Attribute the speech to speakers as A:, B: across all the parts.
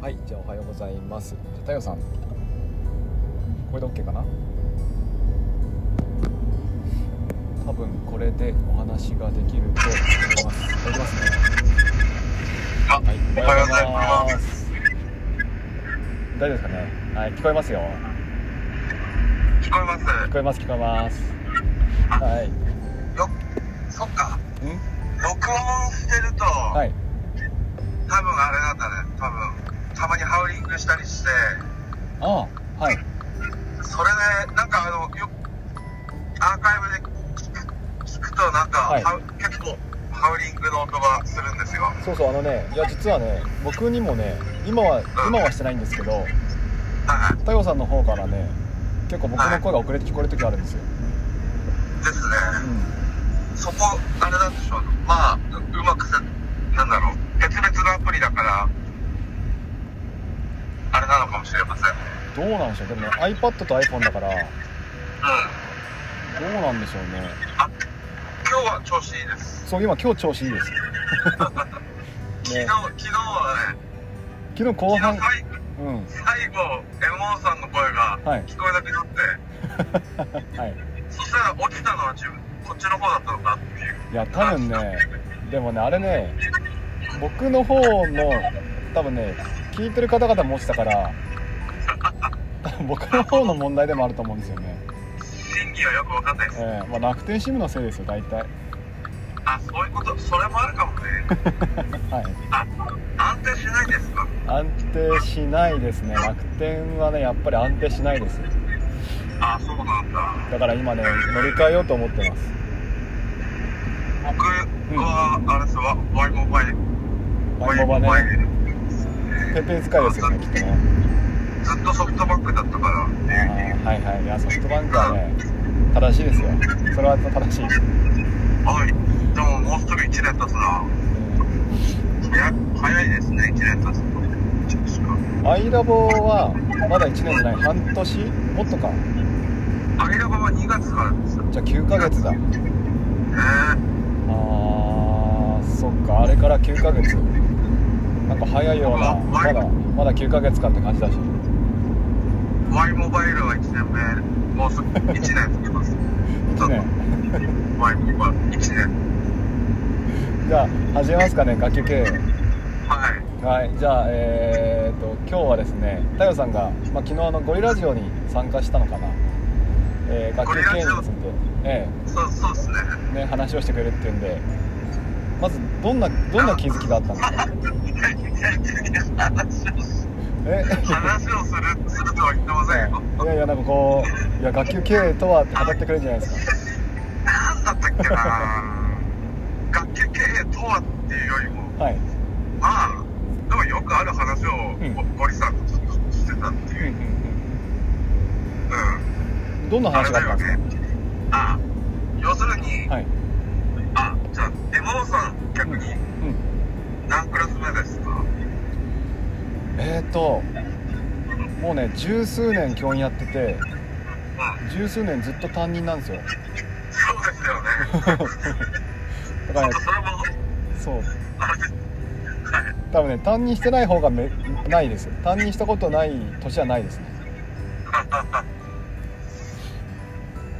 A: はいじゃあおはようございますじゃあ太陽さんこれで OK かな多分これでお話ができると思いますできます
B: あ
A: ね
B: おはようございます
A: 大丈夫ですかねはい聞こえますよ
B: 聞こえます
A: 聞こえます聞こえますはい
B: ろそっか
A: ん
B: 録音してると、
A: はい
B: 多分あれなんだね多分たまにハウリングしたりして
A: ああはい
B: それでなんかあのよアーカイブで聞く聞くとなんか、
A: はい
B: ハウ結構ハウリングの音がするんですよ
A: そうそうあのねいや実はね僕にもね今は今はしてないんですけど
B: は
A: 太陽さんの方からね結構僕の声が遅れて聞こえる時あるんですよ、
B: いです
A: う
B: ね
A: ん、
B: そこあれなんでしょうまあううまくせなんだろう別々のアプリだからあれなのかもしれませんう
A: どうなんでしょうでもね iPad と iPhone だから
B: ん
A: どうなんでしょうね
B: 今日は調子いいです。
A: そう今今日調子いいです
B: 昨日
A: ね
B: 昨日はね、
A: 昨日後
B: 昨日
A: 半う
B: 最
A: ん
B: 最後 M1 さんの声が
A: はい
B: 聞こえなくなって、
A: はい
B: そしたら落ちたのは自分こっちの方だったのかっていう。
A: いや多分ねでもねあれね僕の方の多分ね聞いてる方々も落ちたから 多分僕の方の問題でもあると思うんですよね、
B: 真偽はよくわかんないで
A: え
B: す。
A: ーまあ、楽天シムのせいですよ大体
B: あ、そういうこと、それもある かもね。
A: はい
B: あ、安定しないですか。
A: 安定しないですね楽天はねやっぱり安定しないです
B: あ、そうなんだ。
A: だから今ね乗り換えようと思ってます
B: 僕は、あれですわ、ワイモバイル、
A: ワイモバ
B: ワイ
A: ね
B: モ
A: ペンペン使いですよねきっとね
B: バイルずっとソフトバンクだったから。
A: あーはいはいいやソフトバンクはね正しいですよそれは正しい、
B: はい。でももうすぐ1年経つな。
A: う
B: いや早いですね、1年経つの。確か
A: ん、アイラボはまだ1年じゃない半年もっとか
B: アイラバは2月からですよ。
A: じゃあ9ヶ月だ
B: えー、
A: あーそっかあれから9ヶ月なんか早いようなまだまだ9ヶ月かって感じだし
B: Y モバイルは1年目、もうすぐ1年経ち ます。
A: 1年
B: Y モバイル1年。
A: じゃあ始めますかね楽器経営
B: は
A: は
B: い。
A: い、じゃあ、えー、と今日はですね太陽さんが、まあ、昨日あのゴリラジオに参加したのかな、えー、楽器経営について、え
B: そうそうですね。
A: えね、話をしてくれるっていうんでまずどんなどんな気づきがあったんですか
B: 話をす
A: え
B: 話をするするとは言ってませんよ。
A: いやいやなんかこういや学級経営とはって語ってくれるんじゃないですか
B: 何だったっけな学級経営とはっていうよりも、
A: はい、
B: まあ、でもよくある話を
A: うん
B: ゴゴリさんとしてたって
A: うんう
B: いう。
A: ん
B: うん
A: うん、どんな
B: あれ
A: 話が
B: だ
A: あっ
B: よ
A: たんです
B: ね。あ、要するに、
A: かはい、
B: あ、じゃあ、エモさん、逆に
A: うん、
B: 何クラス目ですか
A: えー、ともうね十数年教員やってて十数年ずっと担任なんですよ
B: そうですよ
A: だ
B: ね。ち
A: から
B: ょっ
A: ね
B: とそれも、
A: そう
B: あれです。はい。
A: 多分ね担任してない方がめないです担任したことない年はないですね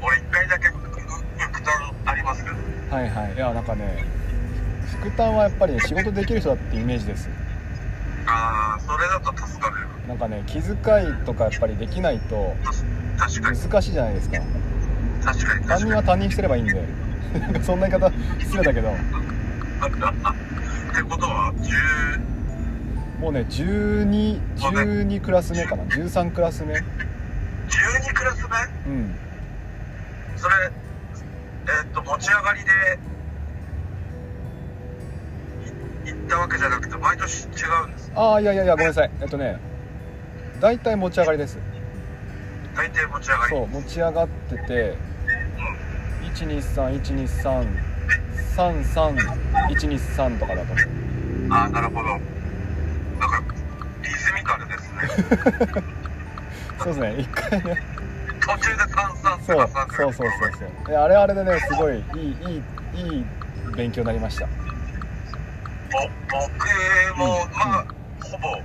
B: 俺、一回だけ、副担ありますけど、
A: はいはいいやなんかね副担はやっぱり、ね、仕事できる人だってイメージです
B: あー、それだと助かるよ。
A: なんかね気遣いとかやっぱりできないと
B: た確かに、
A: 難しいじゃないですか
B: 確かに、
A: 担任
B: 確か
A: は
B: に。
A: 担任してればいいんでなんかそんな言い方失礼だけど
B: ってことは、10、
A: もうね1212クラス目かな13クラス目
B: 12クラス目
A: うん
B: それ、えーっと、持ち上がりでい行ったわけじゃなくて、毎年違うんです。
A: ああいやいやいやごめんなさいえっとね大体持ち上がりです
B: 大抵持ち上がり。
A: そう持ち上がってて123123333123とかだと思う
B: ああ、なるほど。なんか、リズミカルで すね。
A: そうですね一回ね
B: 途中で三三
A: そうそう
B: 三三
A: そうそうそういやあれはあれでねすごいいいいいいい勉強になりました
B: ぼ僕も、
A: うん
B: まあ、ほぼ、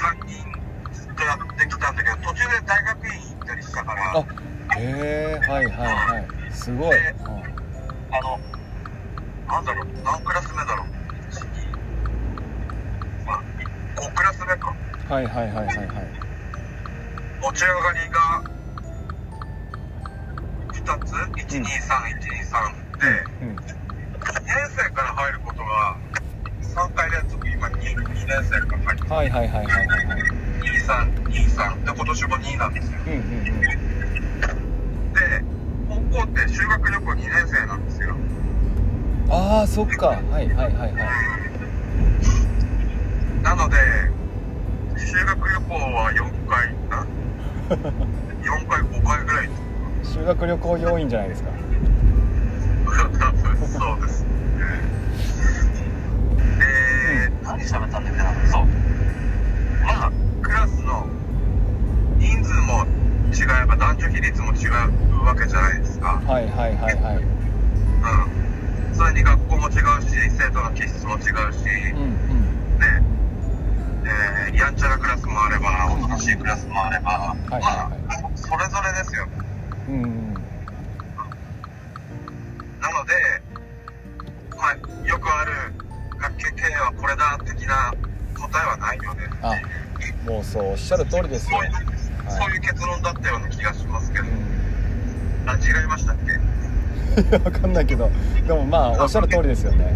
B: ってやってきたんだけど、途中で大学院行ったりしたから、
A: あへえはいはいはいすごい、う
B: あの、なんだろう、何クラス目だろう、1、2、まあ、5クラス目か、
A: ん、はいはいはいはいはい
B: 持ち上がりが2つ、1、2、3、1、2、3で、
A: うん
B: 2年生から入ることが3回連続、今 2, 2年生から入る、
A: はいはいはいはいはいはい
B: 2、3、2、3で、今年も2なんですよ。
A: うんうん
B: で、高校って修学旅行2年生なんです
A: う
B: よ。
A: んああそっかはいはいはいはい
B: なので、修学旅行は4回な、4回、5回ぐらい
A: 修学旅行要員じゃないですか
B: そうです。えー、何喋ったんだっけな、そう。まあ、クラスの人数も違えば男女比率も違うわけじゃないですか。
A: はいはいはいはい
B: うん。それに学校も違うし、生徒の気質も違うし、
A: うん
B: ね、
A: うん
B: えーやんちゃなクラスもあれば、おとなしいクラスもあれば、
A: はいはい
B: まあ、それぞれですよ。
A: うんうん
B: なので、まあ、よくある学級経営はこれだ的な答えはないよね。
A: あもうそうおっしゃる通りです よ
B: そういう、そういう結論だったような気がしますけど
A: う、ん
B: あ違いましたっけ、
A: いやわかんないけどでもまあおっしゃる通りですよね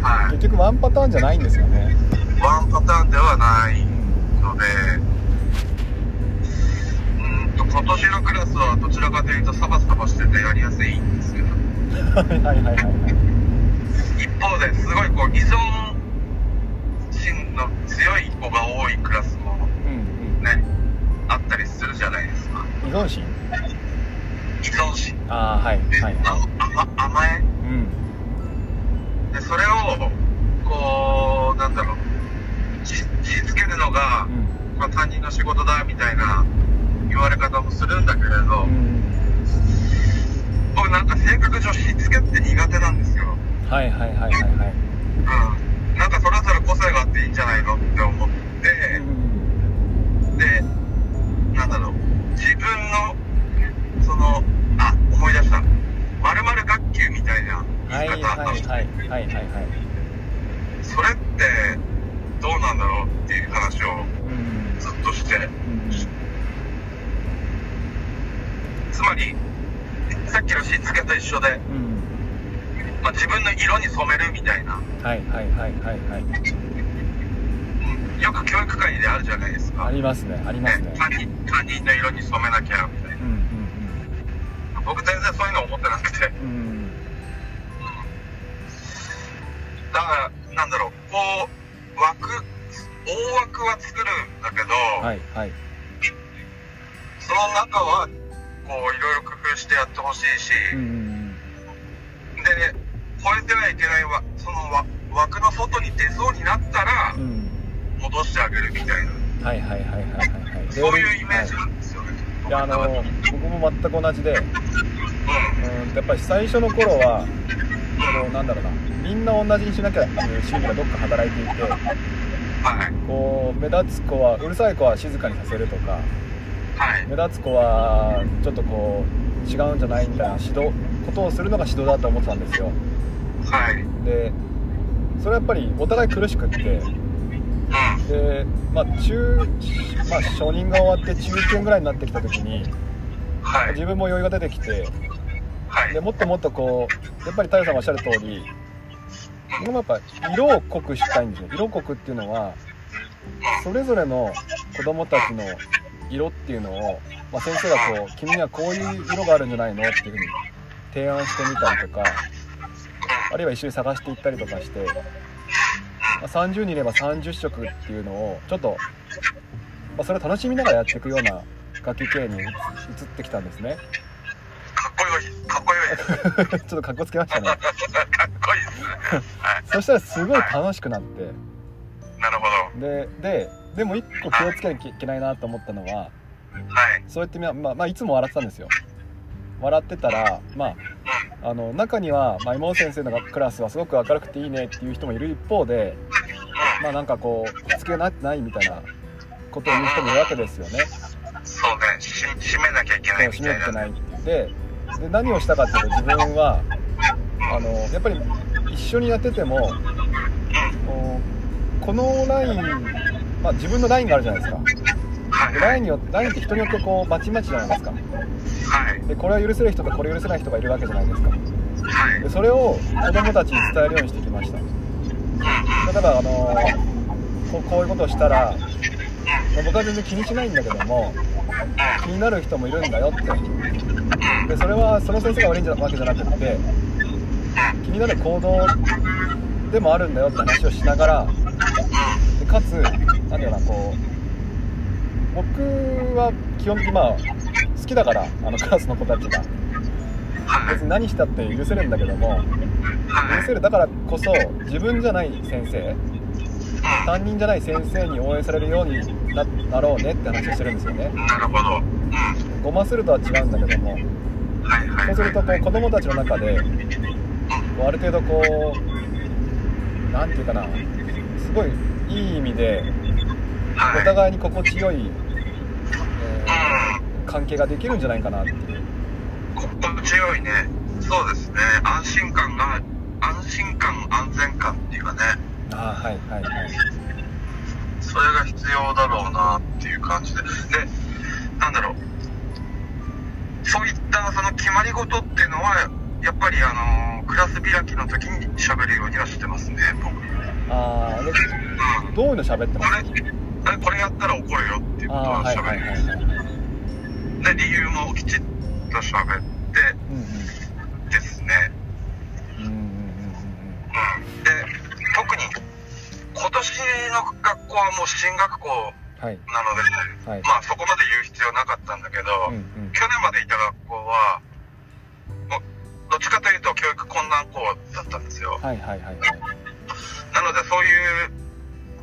B: は
A: 結局ワンパターンじゃないんですよね
B: い、ワンパターンではないので、うーんと今年のクラスはどちらかというと、サバサバしててやりやすいんですけど、
A: はいはいはいはい
B: 一方ですごいこう依存心の強い子が多いクラスも
A: うん
B: ね、あったりするじゃないですか。
A: うん依存心
B: 依存心
A: ああはいはい
B: あ
A: はい
B: あ甘え
A: うん
B: でそれをこうなんだろうじじつけるのが
A: う、ん
B: まあ、他人の仕事だみたいな言われ方もするんだけれど、
A: うん
B: 僕なんか性格上しつけって苦手なんですよ、
A: はいはいはいはいはい
B: うん、なんかそれぞれ個性があっていいんじゃないのって思って、
A: うん
B: でなんだろう自分のそのあ思い出したまる学級みたいな
A: は
B: 言い
A: いはい
B: 方あったの、
A: はいはいはいはい
B: それってどうなんだろうっていう話を
A: うん
B: ずっとして
A: うん
B: つまりさっきのしつけと一緒で、
A: うん
B: まあ、自分の色に染めるみたいな、
A: はいはいはいはいはい
B: うんよく教育界であるじゃないです
A: あ
B: か、ね、
A: りますねありますね
B: 他人他人の色に染めなきゃみたい
A: うん
B: な僕全然そういうの思ってなくてだか
A: うんうん
B: らなんだろうこう枠大枠は作るんだけど、
A: うんはいはい
B: その中はこういろいろ工夫してやってほしいし、
A: うん
B: で超えてはいけないわそのわ枠の外に出そうになったら
A: うん
B: 戻してあげるみたいな、
A: はいはいはいはいはいはいで
B: そういうイメージ
A: は
B: なんですよね、
A: いいやあ
B: 僕
A: の
B: 中で
A: 僕も全く同じで
B: うん
A: うんやっぱり最初の頃はそのなんだろうなみんな同じにしなきゃっていう心理がどっか働いていて
B: はい
A: こう目立つ子はうるさい子は静かにさせるとか
B: はい
A: 目立つ子はちょっとこう違うんじゃないみたいな指導ことをするのが指導だと思ってたんですよ
B: はい
A: でそれはやっぱりお互い苦しくって
B: うん
A: で、まあ、中、まあ、初任が終わって中堅ぐらいになってきた時に
B: はい
A: 自分も余裕が出てきて
B: はい
A: でもっともっとこうやっぱり太陽さんがおっしゃる通り僕もやっぱ色を濃くしたいんですよ色濃くっていうのはそれぞれの子供たちの色っていうのを、まあ、先生がこう「君にはこういう色があるんじゃないの?」っていうふうに提案してみたりとかあるいは一緒に探していったりとかして、まあ、30人いれば30色っていうのをちょっと、まあ、それを楽しみながらやっていくような楽器系に移ってきたんですね
B: かっこよいかっこよいです
A: ちょっとかっこつけましたね
B: かっこいいですねは
A: そしたらすごい楽しくなって
B: いなるほ
A: でででも一個気をつけなきゃいけないなと思ったのは
B: どはい
A: そうやってみな、まあまあ、いつも笑ってたんですよ笑ってたら、まあ、あの中には、まあ、妹先生のクラスはすごく明るくていいねっていう人もいる一方で、まあ、なんかこうしつけがなってないみたいなことを言う人もいるわけですよね。
B: そうね、し締めなきゃいけ
A: そ
B: な
A: う
B: いみ
A: 閉め
B: たいな。
A: てないでで何をしたかっていうと自分はあのやっぱり一緒にやっててもこうこのライン、まあ、自分のラインがあるじゃないですか
B: はい
A: で、ラインによラインって人によってこうまちまちじゃないですか
B: はい、
A: でこれは許せる人とこれ許せない人がいるわけじゃないですか
B: はい。
A: でそれを子供たちに伝えるようにしてきました
B: うんうん、
A: だからあのこうこういうことをしたらまあ僕は全然気にしないんだけども気になる人もいるんだよってでそれはその先生が悪いんじゃわけじゃなくって気になる行動でもあるんだよって話をしながらでかつなんだろうなこう僕は基本的にまあ好きだからあのクラスの子たちが
B: はい、
A: 別に何したって許せるんだけども
B: は
A: 許
B: い。
A: せるだからこそ自分じゃない先生担任じゃない先生に応援されるようにななろうねって話をしてるんですよね
B: うん、なるほど。うん、
A: ごまするとは違うんだけども
B: はい、はい。
A: そうするとこう子供たちの中でこうある程度こうなんていうかなすごいいい意味で
B: はい、
A: お
B: うん、
A: 互いに心地よい、えー関係ができるんじゃないかなっていう
B: 心地よいね。そうですね。安心感が、安心感、安全感っていうかね、
A: ああはいはいはい
B: それが必要だろうなっていう感じで。で、なんだろう。そういったその決まり事っていうのは、やっぱりあのクラス開きの時に喋るようにはしてますね、僕。
A: ああで
B: うん
A: どういうの喋って
B: こ
A: ます
B: れ、あれこれやったら怒るよっていうこと
A: ああ
B: は
A: はい
B: 喋る。
A: はいはいはい
B: で、理由もきちっと喋っ
A: うん
B: てですね。
A: うんうんうんうん
B: うん。で、特に、今年の学校はもう進学校
A: うんはい
B: なので、
A: はい
B: まあそこまで言う必要なかったんだけど、
A: うんうん
B: 去年までいた学校は、もうどっちかというと教育困難校だったんですよ。
A: はいはいはいはい
B: なのでそう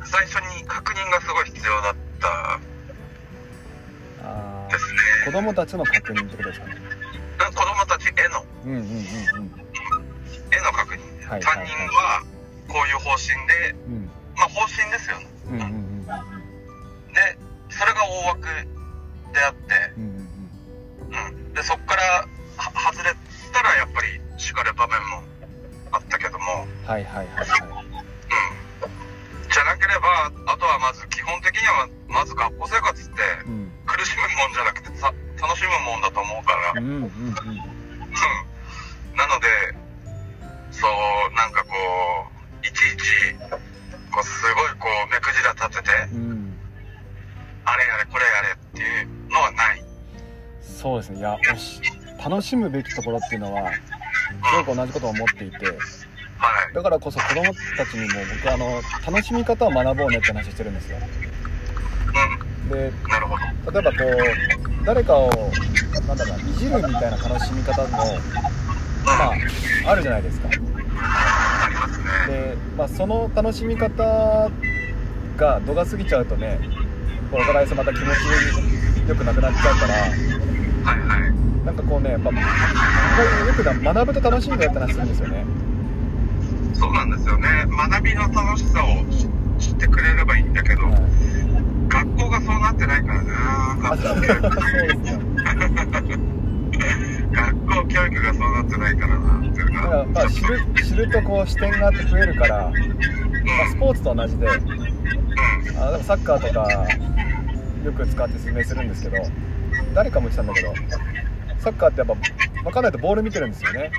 B: いう、最初に確認がすごい必要だった
A: あ
B: んで
A: あ
B: す
A: 子
B: ね。
A: 供たちの確認ってことですかね
B: 子供たちへの、
A: うんうんうんうん
B: への確認。
A: はいは
B: 担
A: い
B: 任
A: はい
B: は、こういう方針で、
A: うん
B: まあ方針ですよね。
A: うんうんうんうん
B: で、それが大枠であって、
A: うんうんうん
B: うん。で、そこからは外れたら、やっぱり叱る場面もあったけども、
A: はいはいはいは
B: うん。じゃなければ、あとはまず基本的には、まず学校生活って
A: いうん
B: 苦しむもんじゃなくて、さ楽しむもんだと思うから、
A: うんうんうん
B: うん。なので、そう、なんかこう、いちいち、こう、すごいこう、目くじら立てて、
A: うん
B: あれやれ、これやれっていうのはない。
A: そうですねいやおし楽しむべきところっていうのはすごく同じことを思っていて
B: はい。
A: だからこそ子供たちにも僕はあの楽しみ方を学ぼうねって話してるんですよ
B: う
A: で
B: ん、なるほど。
A: 例えばこう誰かをなんだろうないじるみたいな楽しみ方もまああるじゃないですか
B: ありますね。
A: で、まあ、その楽しみ方が度が過ぎちゃうとねこれからいつまた気持ちよくなくなっちゃうから
B: はいはい。
A: なんかこうね、やっぱ、こうよくな学ぶと楽しいみたいな話するんですよね。
B: そうなんですよね。学びの楽しさを知知ってくれればいいんだけど、
A: はい
B: 学校がそうなってないから な
A: あ、そう
B: 学校
A: そうですよ。
B: 学校教育がそうなってないからなってい
A: だ
B: う
A: から、
B: の
A: まあ、
B: が、
A: 知
B: ちょっと、
A: る、知るとこう視点があって増えるから、まあ、スポーツと同じで、
B: うん、
A: あでもサッカーとか、よく使って説明するんですけど、誰かも言ってたんだけど、サッカーってやっぱ、分かんないとボール見てるんですよね。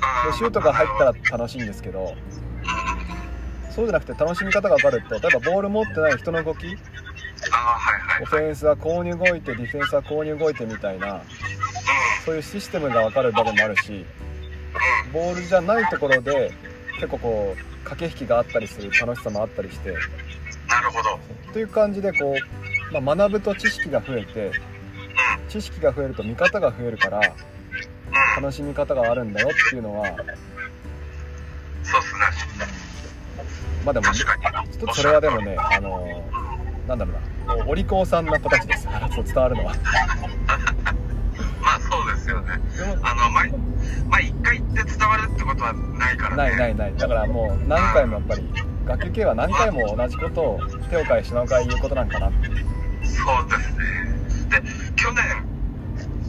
B: あ
A: で、シュートが入ったら楽しいんですけど、そうじゃなくて楽しみ方が分かると、例えばボール持ってない人の動き、
B: あー、はいはい
A: オ。フェンスはこうに動いて、ディフェンスはこうに動いてみたいな、そういうシステムが分かる場面もあるしボールじゃないところで結構こう駆け引きがあったりする楽しさもあったりして
B: うん、なるほど。
A: という感じでこう、まあ、学ぶと知識が増えて知識が増えると見方が増えるから楽しみ方があるんだよっていうのは
B: そうっすね。
A: まあでもち
B: 確か
A: ょっ
B: に。
A: とそれはでもねあのーなんだろうなもうお利口さんな子たちです そう伝わるのは
B: まあそうですよね。
A: でも
B: あの、毎、まあ一回言って伝わるってことはないからね。
A: ないないないだからもう何回もやっぱり学級経営は何回も同じことを手を変え品を変え言うことなんかなって
B: そうですね。で、去年、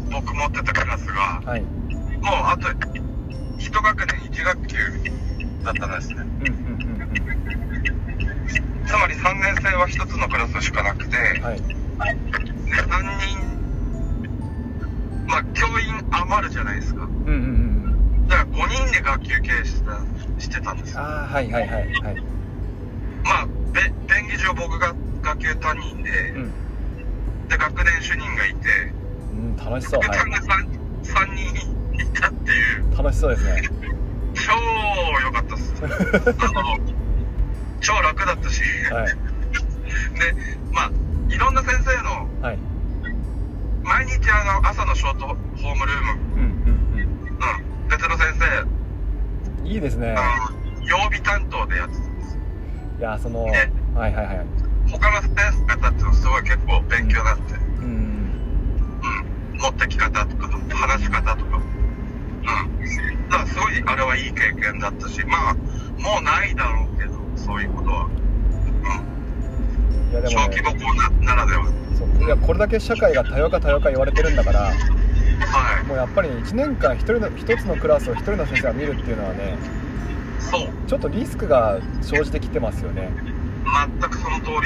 B: 僕持ってたクラスが、
A: はい
B: もうあと、一学年一学級だったんですね。
A: うんうんうん
B: つまり3年生は1つのクラスしかなくて、
A: うんはい
B: で、3人、まあ、教員余るじゃないですか。
A: うんうんうん
B: だから5人で学級経営してたしてたんですよ。
A: ああはいはいはいはい
B: まあ、べ便宜上僕が学級担任で、
A: うん、
B: で、学年主任がいて、
A: うん、楽しそう
B: で、
A: は
B: 単が 3, 3人いたっていう。
A: い楽しそうですね
B: 超良かったっす。 あの、超楽だったし、
A: はい
B: で、まあ、いろんな先生の、
A: はい
B: 毎日あの、朝のショートホームルー
A: うんう
B: ム、
A: ん
B: うん、別の先生、
A: うんいいですね
B: あの、曜日担当でやってたんです。
A: いやそのはい
B: ね
A: はいはい
B: 他の先生方っていうのはすごい結構勉強になって、
A: うん
B: うん、持ってき方とか、話し方とか、うん。だからすごい、あれはいい経験だったし、まあ、もうないだろうけど、そういうことは。うん、
A: いやで
B: 小
A: も
B: 規
A: ね
B: 模校なならでは。
A: そういやこれだけ社会が多様化多様化言われてるんだから
B: はい。
A: もうやっぱり1年間1人の1つのクラスを1人の先生が見るっていうのはね
B: そう、
A: ちょっとリスクが生じてきてますよね
B: 全くその通りだと思い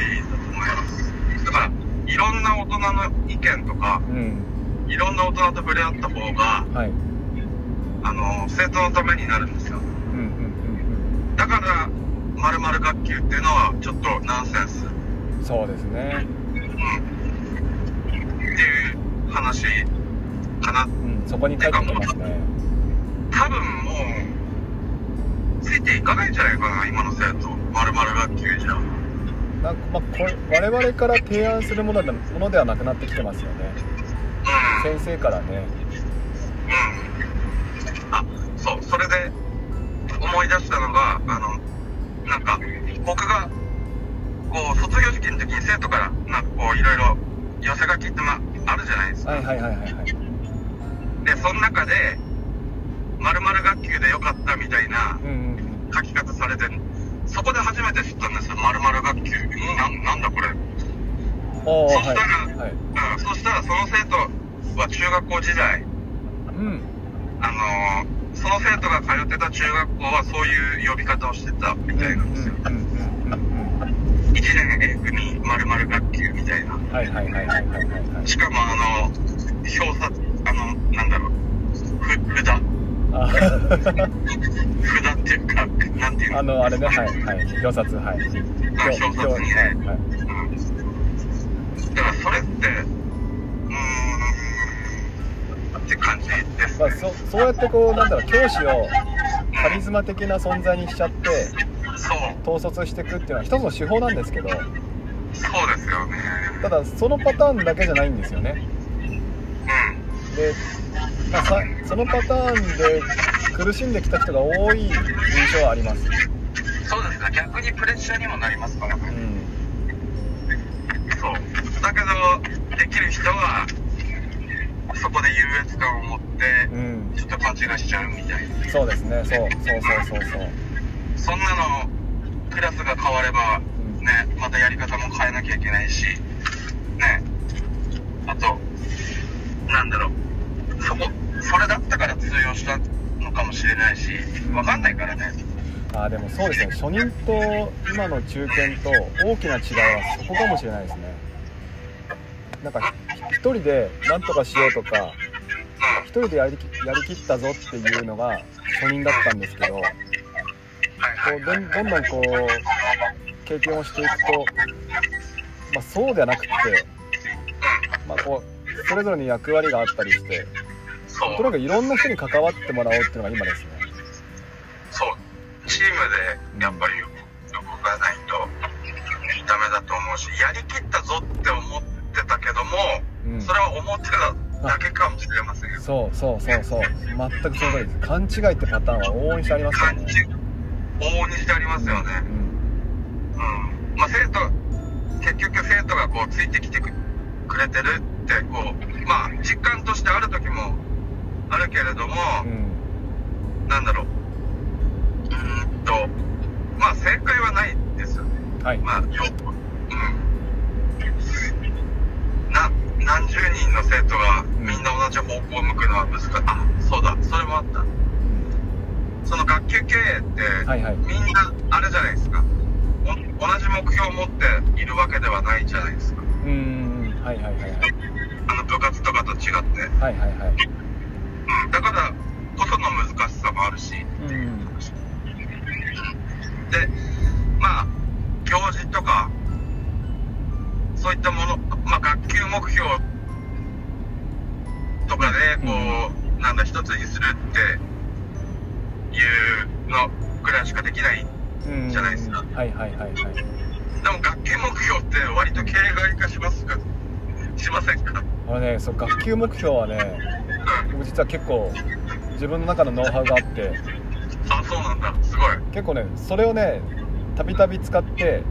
B: ます。だから、いろんな大人の意見とか、
A: うん
B: いろんな大人と触れ合った方が、
A: はいうん
B: あの、生徒のためになるんですよ。
A: うんうん
B: だから、まるまる学級っていうのは、ちょっとナンセンス、う
A: うんそうですね
B: ん、っていう話かな。
A: うんそこに書いてきますね
B: 多分もう、ついていかないんじゃないかな、今の生徒。まるまる学級じゃ。
A: なんか、まあ、これ我々から提案するものでものではなくなってきてますよね
B: うん。
A: 先生からね
B: うんあそうそれで思い出したのがあのなんか僕がこう卒業式の時に生徒からなんかこういろいろ寄せ書きって、まあるじゃないですか、
A: はいはいはいはいはい
B: でその中で「まる学級でよかった」みたいな
A: うんうん
B: 書き方されてるそこで初めて知ったんですよ「まる学級」うんなんなんだこれ、う
A: うんおおはいはい
B: ん、そしたらその生徒は中学校時代
A: うん
B: あのーその生徒が通ってた中学校はそういう呼び方をしてたみたいなんですよ。1年 A 組まるまる学級みたいな。
A: はいはいはいはいはいはいはい
B: しかもあの、表札、あの、なんだろう、ふ札
A: あ
B: 札っていうか、なんていうの
A: あのあれねはいはい表札はい
B: あ表札
A: は
B: に
A: い
B: ね。
A: はい
B: うんだからそれって、うーん、って感じです
A: まあ、
B: ね。
A: そそうやってこうなんだろう教師をカリスマ的な存在にしちゃって
B: そう、
A: 統率していくっていうのは一つの手法なんですけど
B: そうですよね。
A: ただそのパターンだけじゃないんですよね
B: うん、
A: で、まあ、さそのパターンで苦しんできた人が多い印象はあります、
B: そうですね。逆にプレッシャーにもなりますからね。
A: うん、
B: そう。だけど、できる人は、そこで優越感を持って、
A: うん、
B: ちょっと勘違いしちゃうみたいな。
A: そうですねそうそうそうそうそう
B: そんなの、クラスが変われば、
A: うん
B: ね、またやり方も変えなきゃいけないし、ね。あと、なんだろう。そこ、それだったから通用したのかもしれないし、わかんないからね。
A: あーでもそうですね初任と今の中堅と大きな違いはそこかもしれないですねなんかひ一人で何とかしようとか一人でやりきやりきったぞっていうのが初任だったんですけどこ
B: はいは
A: うどんどんどんこう経験をしていくと、まあ、そうではなくって、まあ、こうそれぞれに役割があったりして
B: い。そ
A: とに
B: う、
A: かくいろんな人に関わってもらおうっていうのが今ですね
B: そう。チームで、やっぱり、僕がないと、ダメだと思うし、やりきったぞって思ってたけども、
A: うん
B: それは思ってただけかもしれませんよ。
A: そうそうそうそう全くその通りです勘違いってパターンは往々にしてありますよ
B: 感
A: ね
B: じ、往々にしてありますよね。
A: うん
B: うん。まあ、生徒、結局生徒がこう、ついてきてくれてるって、こう、まあ、実感としてある時もあるけれども、
A: うん
B: なんだろう。うーんと、まあ、正解はない
A: はい
B: まあ、よ、うん。な、何十人の生徒がみんな同じ方向を向くのは難しい。あ、そうだ、それもあった。その学級経営って、
A: はいはい
B: みんなあれじゃないですか。お同じ目標を持っているわけではないじゃないですか。
A: うーんはいはいはいはい
B: あの部活とかと違って。
A: はいはいはい
B: うん。だからこその難しさもあるし。
A: うん
B: で、まあ、行事とか、そういったもの、まあ、学級目標とかで、こう、なんだ、一つにするっていうのぐらいしかできない。で
A: うん
B: じゃないですか
A: はいはいはいはい
B: も、学級目標って割と形骸化しますかしませんか
A: あのねそう学級目標はね僕実は結構自分の中のノウハウがあって
B: あ、そうなんだ。すごい。
A: 結構ねそれをねたびたび使って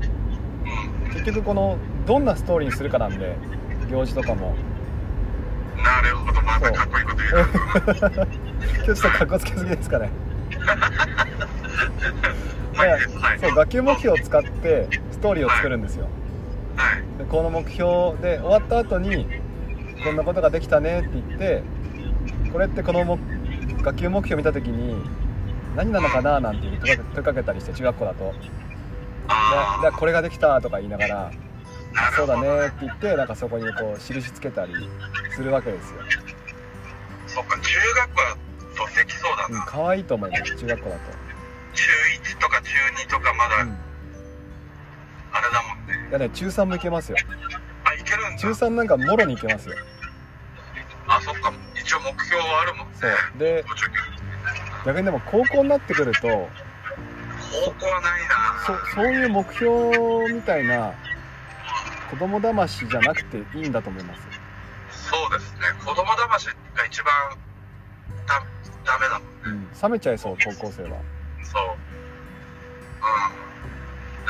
B: う
A: 結局このどんなストーリーにするかなんで行事とかも
B: ん。なるほど。またかっこいいこと言うな。
A: ちょっとかっこつけすぎですかね
B: まあいいです。はい。
A: そう学級目標を使ってストーリーを作るんですよ
B: はい。
A: でこの目標で終わった後にこんなことができたねって言ってこれってこのも学級目標見た時に何なのかななんて問いかけ問いかけたりして中学校だとで
B: あ
A: でこれができたとか言いながら
B: あ、なる
A: そ
B: ほ
A: うだ
B: ど、ね。
A: ねって言ってなんかそこにこう印つけたりするわけですよ、
B: そっか、中学校はとできそうだ
A: うん、
B: な。
A: 可愛いと思います中学校だと、
B: 中1とか中2とかまだ
A: うん、
B: あれだもんね。
A: いやね中3もいけますよ
B: あ、いけるんだ。
A: 中3なんかもろにいけますよ
B: あ、そっか。一応目標はあるもんね。
A: そうで
B: もうちょ
A: 逆にでも高校になってくると
B: 方向はないな。
A: そそういう目標みたいな子供騙しじゃなくていいんだと思います
B: そうですね。子供騙しが一番だダメだもん。
A: うん冷めちゃいそう高校生は
B: そう。うん。で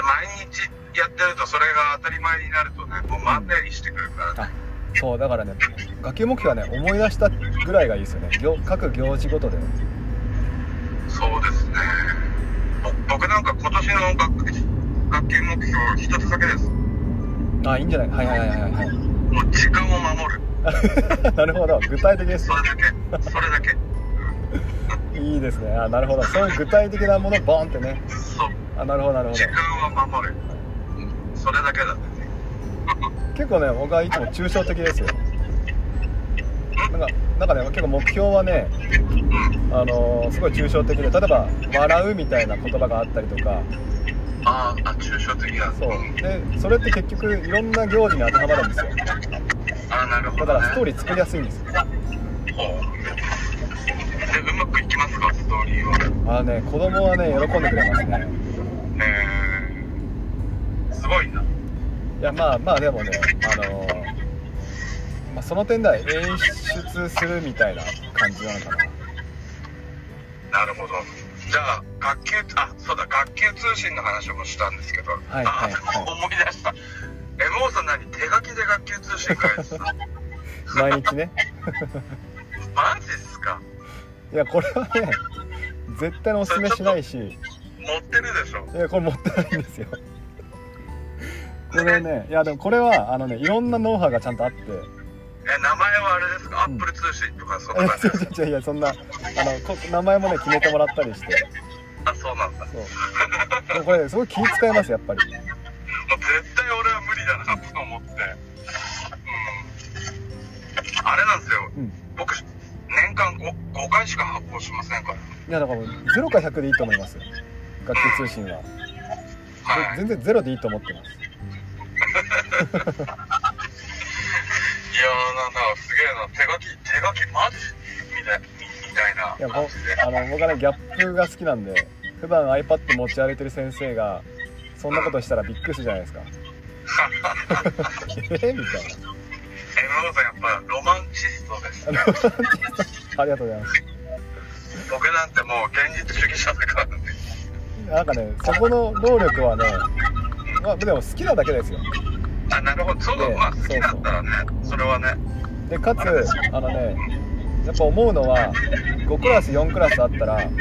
B: 毎日やってるとそれが当たり前になるとね、もうマンネリしてくるからね。
A: そうだからね学級目標はね思い出したぐらいがいいですよね行各行事ごとで
B: そうですね。ぼ僕なんか今年の学学級目標一つだけです。
A: あいいんじゃないはいはいはいはいはい
B: もう時間を守る。
A: なるほど具体的です
B: それだけ。それだけ。
A: いいですねあなるほどそういう具体的なものボンってね
B: そう。
A: あなるほどなるほ
B: 時
A: ど
B: 間は守る。それだけだ。
A: 結構ね僕はいつも抽象的ですよなんかなんかね結構目標はねあのーすごい抽象的で例えば「笑う」みたいな言葉があったりとか
B: あーあ、抽象的だ。
A: そ
B: ん
A: うでそれって結局いろんな行事に当てはまるんですよ
B: あーなるほ
A: だ
B: ど、
A: か
B: ね。
A: らストーリー作りやすいんですよ
B: ほうで、うまくいきますか、ストーリーは。
A: あのね子供はね喜んでくれますね
B: えー、すごいな。
A: いやまあまあでもねあのーまあ、その点では演出するみたいな感じなのかな
B: なるほど。じゃあ、学級、あ、そうだ、学級通信の話もしたんですけど、
A: はいはいはい
B: あ思い出した。え、もうさん何手書きで学級通信 書いてた
A: 毎日ね
B: マジっすか
A: いやこれはね絶対におすすめしないし
B: 持ってるでしょ
A: いやこれ持ってないんですよこれねいやでもこれはあのねいろんなノウハウがちゃんとあって
B: え、名前はあれですかア
A: うん
B: ップル通信とかそんな感じです
A: いやいやいやそんなあのこ名前もね決めてもらったりして
B: あ、そうなんだ。もう
A: そうでもこれ、ね、すごい気使いますやっぱり
B: 絶対俺は無理だなと思って。うん。あれなんですよ。
A: うん
B: 僕、年間 5, 5回しか発行しませんから。
A: いやだからもう0か100でいいと思います学級通信はで
B: はい。
A: 全然ゼロでいいと思ってます
B: いやーなんだすげえな手書き手書きマジみたいみたいない
A: や
B: 感
A: ぼ
B: じで
A: あの僕はねギャップが好きなんで普段 iPad 持ち歩いてる先生がそんなことしたらびっくりするじゃないですか えみたいな
B: えムロさんやっぱロマンチストですね
A: ありがとうございます
B: 僕なんてもう現実主義者だからね
A: なんかねそこの労力はねまあでも好きなだけですよ
B: あなるほどそうだ、
A: ね
B: まあ好きだったらねそれはね
A: でかつあのねやっぱ思うのは5クラス4クラスあったら
B: うんう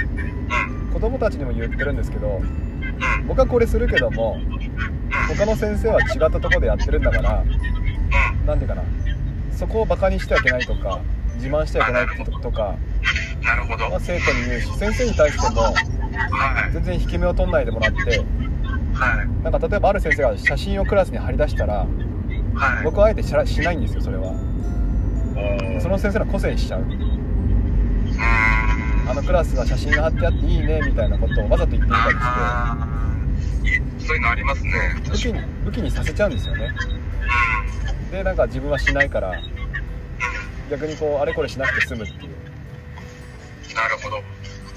B: ん
A: 子供たちにも言ってるんですけど
B: うん
A: 僕はこれするけども他の先生は違ったところでやってるんだから
B: うん
A: なんでかなそこをバカにしてはいけないとか自慢してはいけないととか
B: なるほど
A: は生徒に言うし先生に対しても
B: はい
A: 全然引け目を取んないでもらって
B: はい
A: なんか例えばある先生が写真をクラスに貼り出したら
B: はい
A: 僕はあえてしらしないんですよそれは
B: おー
A: その先生の個性にしちゃう
B: うーん
A: あのクラスは写真が貼ってあっていいねみたいなことをわざと言ってみたりして
B: あーそういうのありますね
A: 武器に武器にさせちゃうんですよねでなんか自分はしないから逆にこうあれこれしなくて済むっていう
B: なるほど昨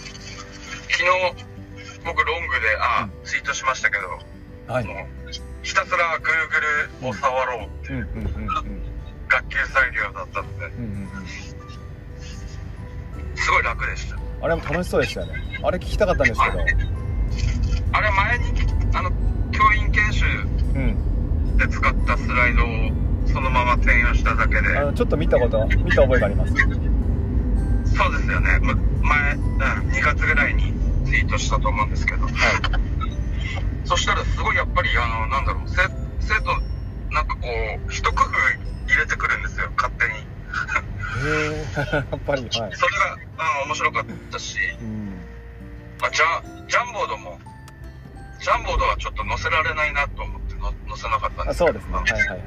B: 日僕ロングであーツイートしましたけど、
A: はい
B: もうひたすら Google を触ろう
A: うんうんうんうん
B: 学級裁量だったので
A: うんうんうん
B: すごい楽でした
A: あれも楽しそうでしたよねあれ聞きたかったんですけ
B: あれ前にあの教員研修
A: どうん
B: で使ったスライドをそのまま転用しただけで
A: あのちょっと見たこと見た覚えがあります
B: そうですよねむ前、うん、2月ぐらいにツイートしたと思うんですけど
A: は
B: そしたらすごいやっぱりあのなんだろう生生徒なんかこう一工夫入れてくるんですよ勝手に
A: いへえやっぱりはい
B: それが、うん、面白かったし、
A: うん
B: まあ、ジャジャンボードもジャンボードはちょっと載せられないなと思っての載せなかったんで
A: あ
B: すけど
A: そうですねはいはいはいはい
B: う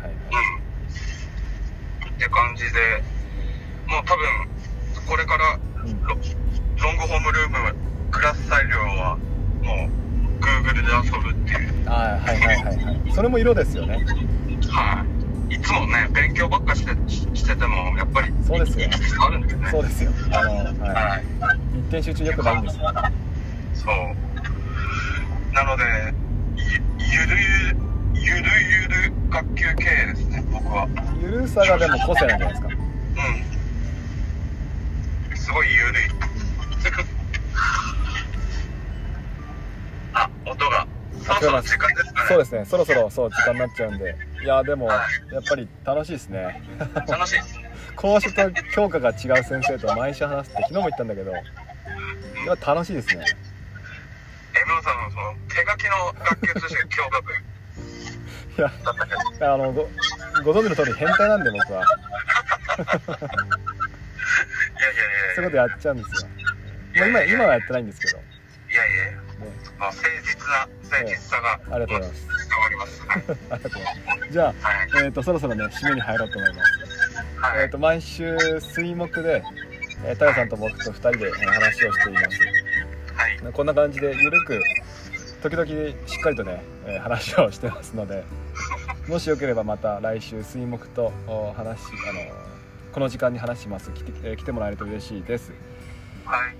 B: んって感じでもう多分これから
A: うん
B: ロロングホームルームはクラス裁量はもう Google で遊ぶっていう
A: あーはいはいはいはいそれも色ですよね
B: はいいつもね勉強ばっかしてししててもやっぱり
A: そうですよ
B: いくつかあるんですよね
A: そうですよあの、はい
B: はい
A: 一点集中よくないんですよ
B: そうなのでゆゆるゆるゆるゆる学級経営ですね僕は
A: ゆるさがでも個性なんじゃないですか
B: うん。すごい 緩い。あ、音が。そろそろ時間ですかね。
A: そうですねそろそろそう時間になっちゃうんでいやでもやっぱり楽しいですね
B: 楽しいですね。
A: 講師と教科が違う先生と毎週話すって昨日も言ったんだけどやっぱ楽しいですね
B: エムロさんのその手書きの学級通信教学
A: いや
B: だったけど、
A: あのごご存知の通り変態なんで僕はい
B: やい
A: そうい
B: や
A: う
B: い
A: ことやっちゃうんですよ
B: や
A: まあ今今はやってないんですけど、ね、
B: や、いやいや、まあ、誠実な、誠実さが、
A: ありがとうございます
B: 伝わります。はい。
A: ありがとうございますじゃ
B: はい。
A: あ、えー、とそろそろね締めに入ろうと思います
B: は
A: えー、
B: い。
A: と毎週水木で、えー、太陽さんと僕と2人で、えー話をしています
B: はい。
A: こんな感じでゆるく時々しっかりとね、えー話をしてますのでもしよければまた来週水木とお話しあのこの時間に話します来て,、えー来てもらえると嬉しいです
B: はい。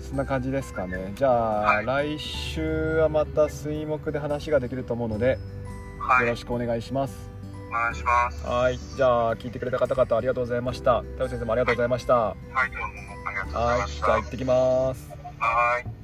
A: そんな感じですかねじゃあ、来週はまた水木で話ができると思うので
B: は
A: よ
B: い。
A: ろしくお願いします
B: お願いします。
A: はいじゃあ聞いてくれた方々ありがとうございました太陽先生もありがとうございました
B: はい、どうも、ありがとうござい
A: は
B: ま
A: い
B: し
A: じ
B: た。
A: ゃあ行ってきます
B: はい。